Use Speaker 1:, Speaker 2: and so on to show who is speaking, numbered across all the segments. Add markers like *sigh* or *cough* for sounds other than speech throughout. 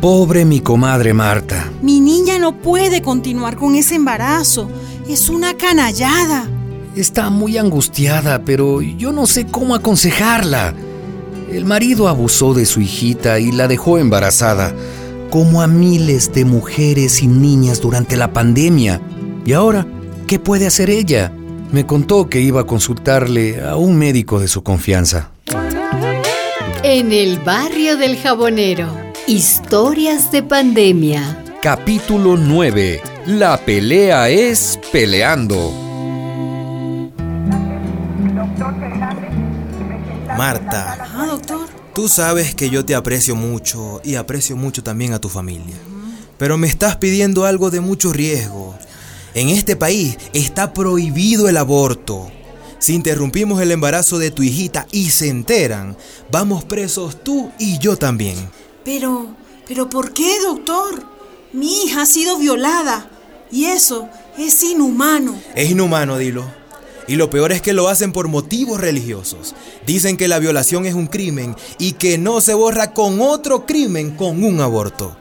Speaker 1: Pobre mi comadre Marta.
Speaker 2: Mi niña no puede continuar con ese embarazo. Es una canallada.
Speaker 1: Está muy angustiada, pero yo no sé cómo aconsejarla. El marido abusó de su hijita y la dejó embarazada, como a miles de mujeres y niñas durante la pandemia. ¿Y ahora qué puede hacer ella? Me contó que iba a consultarle a un médico de su confianza.
Speaker 3: En el barrio del jabonero, historias de pandemia.
Speaker 1: Capítulo 9. La pelea es peleando.
Speaker 4: Marta,
Speaker 2: Ah, doctor.
Speaker 4: tú sabes que yo te aprecio mucho y aprecio mucho también a tu familia. Pero me estás pidiendo algo de mucho riesgo. En este país está prohibido el aborto. Si interrumpimos el embarazo de tu hijita y se enteran, vamos presos tú y yo también.
Speaker 2: Pero, pero ¿por qué, doctor? Mi hija ha sido violada. Y eso es inhumano.
Speaker 4: Es inhumano, dilo. Y lo peor es que lo hacen por motivos religiosos. Dicen que la violación es un crimen y que no se borra con otro crimen con un aborto.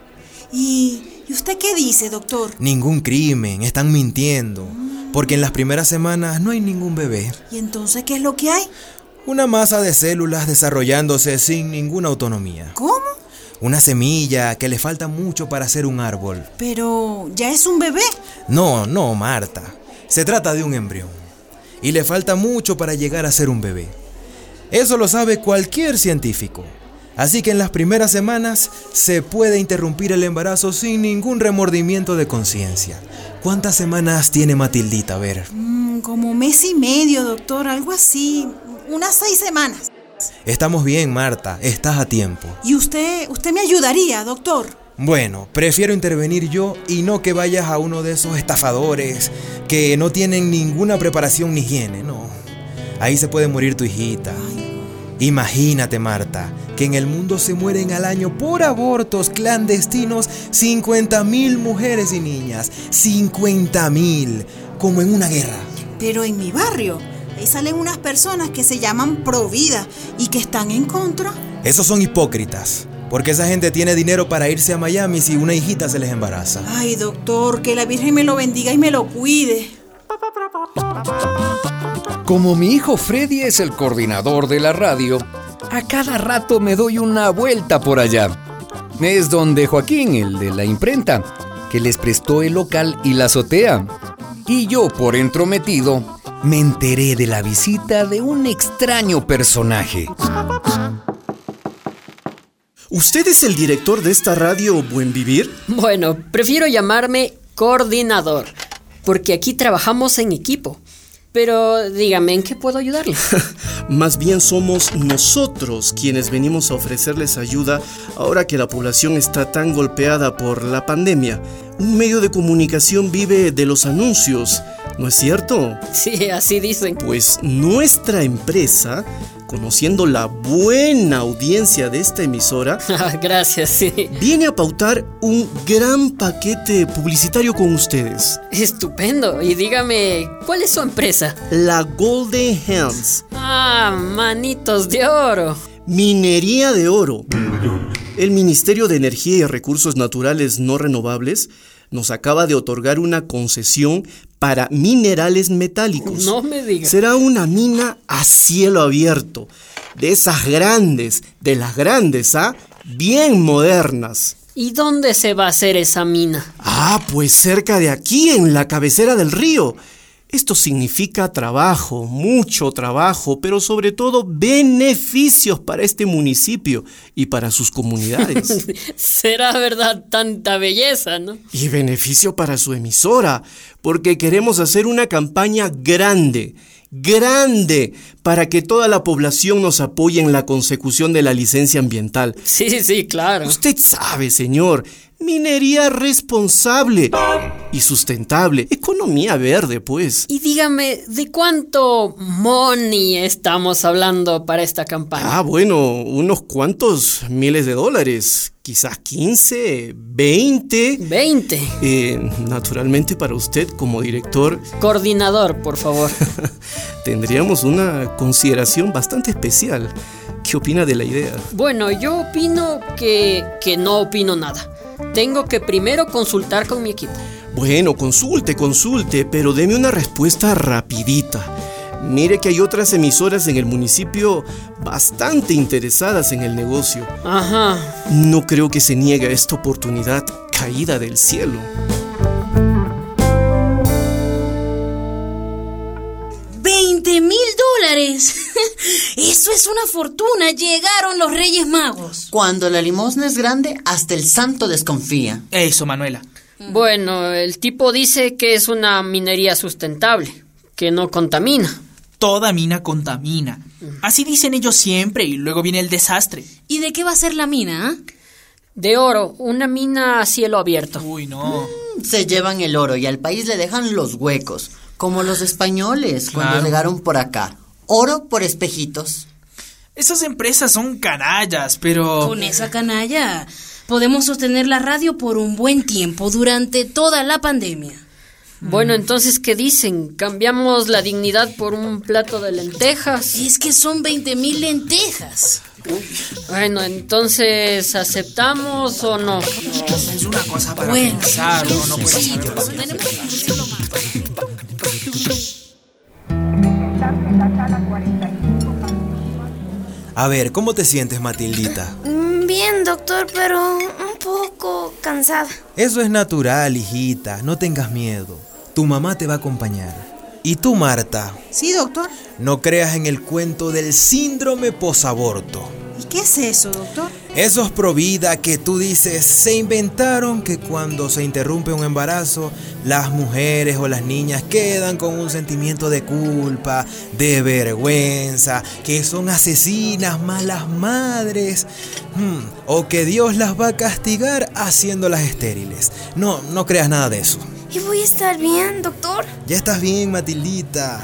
Speaker 2: ¿Y, ¿y usted qué dice, doctor?
Speaker 4: Ningún crimen, están mintiendo. Porque en las primeras semanas no hay ningún bebé.
Speaker 2: ¿Y entonces qué es lo que hay?
Speaker 4: Una masa de células desarrollándose sin ninguna autonomía.
Speaker 2: ¿Cómo?
Speaker 4: Una semilla que le falta mucho para ser un árbol.
Speaker 2: Pero ya es un bebé.
Speaker 4: No, no, Marta. Se trata de un embrión. Y le falta mucho para llegar a ser un bebé. Eso lo sabe cualquier científico. Así que en las primeras semanas se puede interrumpir el embarazo sin ningún remordimiento de conciencia. ¿Cuántas semanas tiene Matildita? A ver.
Speaker 2: Mm, como mes y medio, doctor, algo así. Unas seis semanas.
Speaker 4: Estamos bien, Marta. Estás a tiempo.
Speaker 2: ¿Y usted, usted me ayudaría, doctor?
Speaker 4: Bueno, prefiero intervenir yo y no que vayas a uno de esos estafadores que no tienen ninguna preparación ni higiene, no. Ahí se puede morir tu hijita. Imagínate, Marta, que en el mundo se mueren al año por abortos clandestinos 50.000 mujeres y niñas. 50.000, como en una guerra.
Speaker 2: Pero en mi barrio, ahí salen unas personas que se llaman Provida y que están en contra.
Speaker 4: Esos son hipócritas, porque esa gente tiene dinero para irse a Miami si una hijita se les embaraza.
Speaker 2: Ay, doctor, que la Virgen me lo bendiga y me lo cuide.
Speaker 1: Como mi hijo Freddy es el coordinador de la radio, a cada rato me doy una vuelta por allá. Es donde Joaquín, el de la imprenta, que les prestó el local y la azotea. Y yo, por entrometido, me enteré de la visita de un extraño personaje.
Speaker 5: ¿Usted es el director de esta radio Buen Vivir?
Speaker 6: Bueno, prefiero llamarme coordinador, porque aquí trabajamos en equipo. Pero dígame, ¿en qué puedo ayudarle? *laughs*
Speaker 5: Más bien somos nosotros quienes venimos a ofrecerles ayuda ahora que la población está tan golpeada por la pandemia. Un medio de comunicación vive de los anuncios, ¿no es cierto?
Speaker 6: sí, así dicen. *laughs*
Speaker 5: Pues nuestra empresa, conociendo la buena audiencia de esta emisora,
Speaker 6: Ah, Gracias, sí.
Speaker 5: viene a pautar un gran paquete publicitario con ustedes.
Speaker 6: Estupendo. Y dígame, ¿cuál es su empresa?
Speaker 5: La Golden Hands,
Speaker 6: Ah, manitos de oro.
Speaker 5: minería de oro. El Ministerio de Energía y Recursos Naturales No Renovables nos acaba de otorgar una concesión para minerales metálicos.
Speaker 6: No me diga.
Speaker 5: Será una mina a cielo abierto, de esas grandes, de las grandes, ¿ah? Bien modernas.
Speaker 6: ¿Y dónde se va a hacer esa mina? *laughs*
Speaker 5: Ah, pues cerca de aquí, en la cabecera del río. Esto significa trabajo, mucho trabajo, pero sobre todo beneficios para este municipio y para sus comunidades.
Speaker 6: Será verdad tanta belleza, ¿no?
Speaker 5: y beneficio para su emisora, porque queremos hacer una campaña grande, grande, para que toda la población nos apoye en la consecución de la licencia ambiental.
Speaker 6: Sí, sí, claro.
Speaker 5: Usted sabe, señor, minería responsable y sustentable, economía verde, pues.
Speaker 6: Y dígame, ¿de cuánto money estamos hablando para esta campaña?
Speaker 5: Ah, bueno, unos cuantos miles de dólares, quizás 15, 20.
Speaker 6: 20.
Speaker 5: Eh, naturalmente para usted como director
Speaker 6: Coordinador, por favor.
Speaker 5: tendríamos una consideración bastante especial. ¿Qué opina de la idea?
Speaker 6: Bueno, yo opino que, que no opino nada. Tengo que primero consultar con mi equipo.
Speaker 5: Bueno, consulte, consulte, pero deme una respuesta rapidita. Mire que hay otras emisoras en el municipio bastante interesadas en el negocio.
Speaker 6: Ajá,
Speaker 5: No creo que se niegue a esta oportunidad caída del cielo.
Speaker 7: ¡20 mil dólares! Eso es una fortuna. Llegaron los Reyes Magos.
Speaker 8: Cuando la limosna es grande, hasta el santo desconfía.
Speaker 9: Eso, Manuela.
Speaker 6: Mm. Bueno, el tipo dice que es una minería sustentable, que no contamina.
Speaker 9: Toda mina contamina. Así dicen ellos siempre y luego viene el desastre.
Speaker 7: ¿Y de qué va a ser la mina? ah?
Speaker 6: De oro, una mina a cielo abierto.
Speaker 9: Uy, no.
Speaker 8: Se llevan el oro y al país le dejan los huecos, como los españoles
Speaker 9: Claro.
Speaker 8: cuando llegaron por acá. Oro por espejitos.
Speaker 9: Esas empresas son canallas, pero...
Speaker 7: Con esa canalla podemos sostener la radio por un buen tiempo durante toda la pandemia.
Speaker 6: Bueno, entonces, ¿qué dicen? ¿Cambiamos la dignidad por un plato de lentejas?
Speaker 7: Es que son 20 mil lentejas.
Speaker 6: Bueno, entonces, ¿aceptamos o no?
Speaker 9: Es una cosa para
Speaker 7: Bueno,
Speaker 9: pensar, ¿no? No puede
Speaker 7: sí,
Speaker 9: ser.
Speaker 7: tenemos que discutirlo más.
Speaker 4: A ver, ¿cómo te sientes, Matildita?
Speaker 10: Mm, Bien, doctor, pero un poco cansada.
Speaker 4: Eso es natural, hijita. No tengas miedo. Tu mamá te va a acompañar. Y tú, Marta,
Speaker 2: Sí, doctor.
Speaker 4: no creas en el cuento del síndrome posaborto.
Speaker 2: ¿Y qué es eso, doctor?
Speaker 4: Esos provida que tú dices se inventaron que cuando se interrumpe un embarazo, las mujeres o las niñas quedan con un sentimiento de culpa, de vergüenza, que son asesinas, malas madres, Hmm, o que Dios las va a castigar haciéndolas estériles. No, no creas nada de eso.
Speaker 10: ¿Y voy a estar bien, doctor?
Speaker 4: Ya estás bien, Matildita.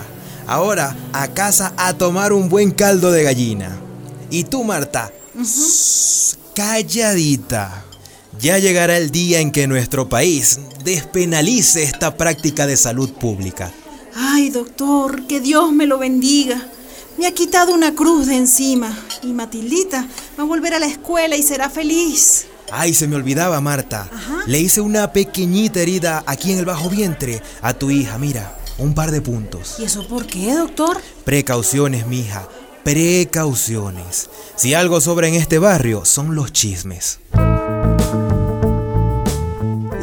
Speaker 4: Ahora, a casa a tomar un buen caldo de gallina. Y tú, Marta, Shh, calladita. Ya llegará el día en que nuestro país despenalice esta práctica de salud pública.
Speaker 2: Ay, doctor, que Dios me lo bendiga. Me ha quitado una cruz de encima y Matildita va a volver a la escuela y será feliz.
Speaker 4: Ay, se me olvidaba, Marta. Le hice una pequeñita herida aquí en el bajo vientre a tu hija, mira, un par de puntos.
Speaker 2: ¿Y eso por qué, doctor?
Speaker 4: Precauciones, mija. Precauciones. Si algo sobra en este barrio, son los chismes.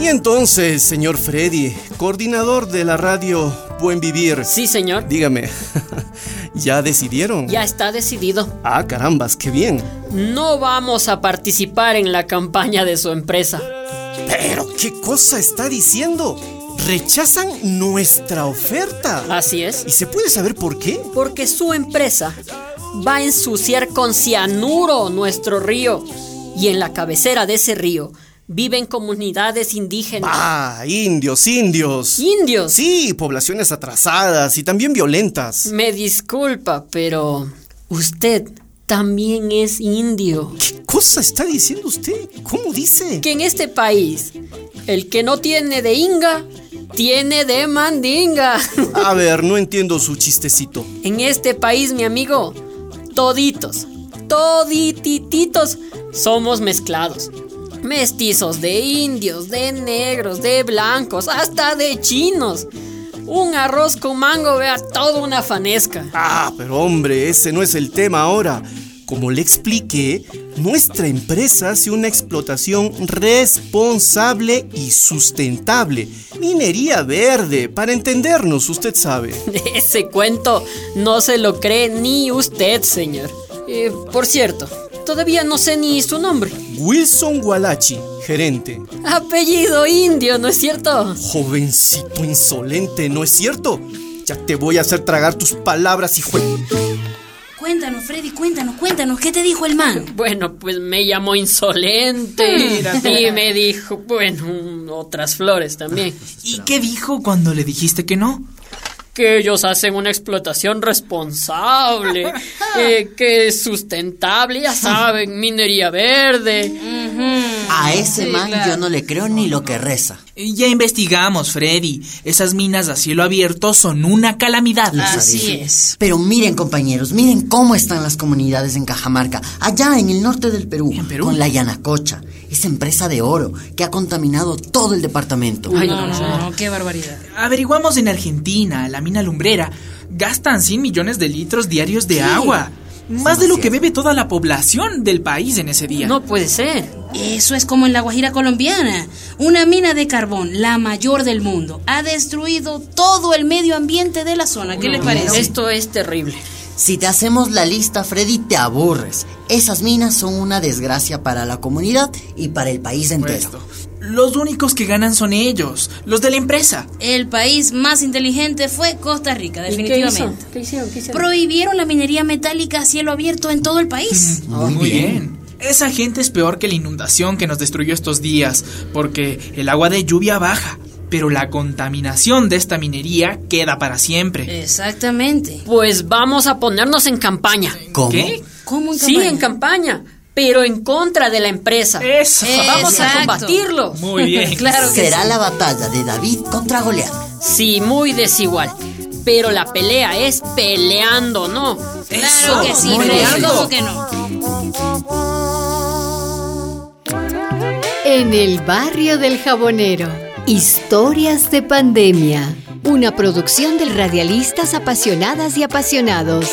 Speaker 5: Y entonces, señor Freddy, coordinador de la radio Buen Vivir,
Speaker 6: Sí, señor.
Speaker 5: dígame, *laughs* ¿ya decidieron?
Speaker 6: Ya está decidido.
Speaker 5: Ah, carambas, qué bien.
Speaker 6: No vamos a participar en la campaña de su empresa.
Speaker 5: Pero, ¿qué cosa está diciendo? Rechazan nuestra oferta.
Speaker 6: Así es.
Speaker 5: ¿Y se puede saber por qué?
Speaker 6: Porque su empresa va a ensuciar con cianuro nuestro río. Y en la cabecera de ese río viven comunidades indígenas.
Speaker 5: Ah, indios, indios.
Speaker 6: Indios. Mm.
Speaker 5: Sí, poblaciones atrasadas y también violentas.
Speaker 6: Me disculpa, pero usted también es indio.
Speaker 5: ¿Qué cosa está diciendo usted? ¿Cómo dice?
Speaker 6: Que en este país, el que no tiene de inga, tiene de mandinga.
Speaker 5: A ver, no entiendo su chistecito.
Speaker 6: En este país, mi amigo, toditos, toditititos, somos mezclados. Mestizos de indios, de negros, de blancos, hasta de chinos. Un arroz con mango vea toda una fanesca.
Speaker 5: Ah, pero hombre, ese no es el tema ahora. Como le expliqué, nuestra empresa hace una explotación responsable y sustentable. Minería verde, para entendernos, usted sabe.
Speaker 6: *laughs* Ese cuento no se lo cree ni usted, señor. Eh, por cierto, todavía no sé ni su nombre.
Speaker 5: Wilson Gualachi, gerente.
Speaker 6: Apellido indio, ¿no es cierto?
Speaker 5: Jovencito insolente, ¿no es cierto? Ya te voy a hacer tragar tus palabras, hijo. de-
Speaker 7: Cuéntanos, Freddy, cuéntanos, cuéntanos, ¿qué te dijo el man?
Speaker 6: Bueno, pues me llamó insolente y me dijo, bueno, otras flores también.
Speaker 9: ¿Y qué dijo cuando le dijiste que no?
Speaker 6: Que ellos hacen una explotación
Speaker 7: Mm,
Speaker 6: responsable, eh, que es sustentable, ya saben, minería verde.
Speaker 8: A ese
Speaker 9: Sí,
Speaker 8: man
Speaker 9: claro.
Speaker 8: yo no le creo ni lo que reza.
Speaker 9: Eh, Ya investigamos, Freddy. Esas minas a cielo abierto son una calamidad.
Speaker 8: Las arejas. Pero miren, compañeros, miren cómo están las comunidades en Cajamarca, allá en el norte del Perú, con la Yanacocha, esa empresa de oro que ha contaminado todo el departamento.
Speaker 9: no, no,
Speaker 7: Oh,
Speaker 9: no, qué barbaridad. Averiguamos en Argentina, la mina lumbrera, gastan 100 millones de litros diarios de
Speaker 6: Sí.
Speaker 9: agua. Más de lo que bebe toda la población del país en ese día.
Speaker 6: No puede ser.
Speaker 7: Eso es como en la Guajira colombiana. Una mina de carbón, la mayor del mundo, ha destruido todo el medio ambiente de la zona. ¿Qué le parece?
Speaker 6: Esto es terrible.
Speaker 8: Si te hacemos la lista, Freddy, te aburres. Esas minas son una desgracia para la comunidad y para el país entero.
Speaker 9: Los únicos que ganan son ellos, los de la empresa.
Speaker 7: El país más inteligente fue Costa Rica,
Speaker 6: qué
Speaker 7: definitivamente.
Speaker 6: hizo? ¿Qué hicieron? ¿Qué hicieron?
Speaker 7: Prohibieron la minería metálica a cielo abierto en todo el país.
Speaker 9: Ah, Muy, bien. Esa gente es peor que la inundación que nos destruyó estos días, porque el agua de lluvia baja, pero la contaminación de esta minería queda para siempre.
Speaker 7: Exactamente.
Speaker 6: Pues vamos a ponernos en campaña.
Speaker 9: ¿Cómo? ¿Qué?
Speaker 7: ¿Cómo en
Speaker 6: Sí, en campaña, pero en contra de la empresa.
Speaker 9: Eso.
Speaker 6: Vamos a
Speaker 7: Exacto.
Speaker 6: combatirlos. *laughs*
Speaker 8: Será la batalla de David contra Goliat.
Speaker 6: Sí, muy desigual. Pero la pelea es peleando, ¿no?
Speaker 7: Claro que sí,
Speaker 6: Muy
Speaker 7: Freddy,
Speaker 6: bien.
Speaker 7: ¿cómo que no?
Speaker 3: En el barrio del jabonero, historias de pandemia, una producción del radialistas apasionadas y apasionados.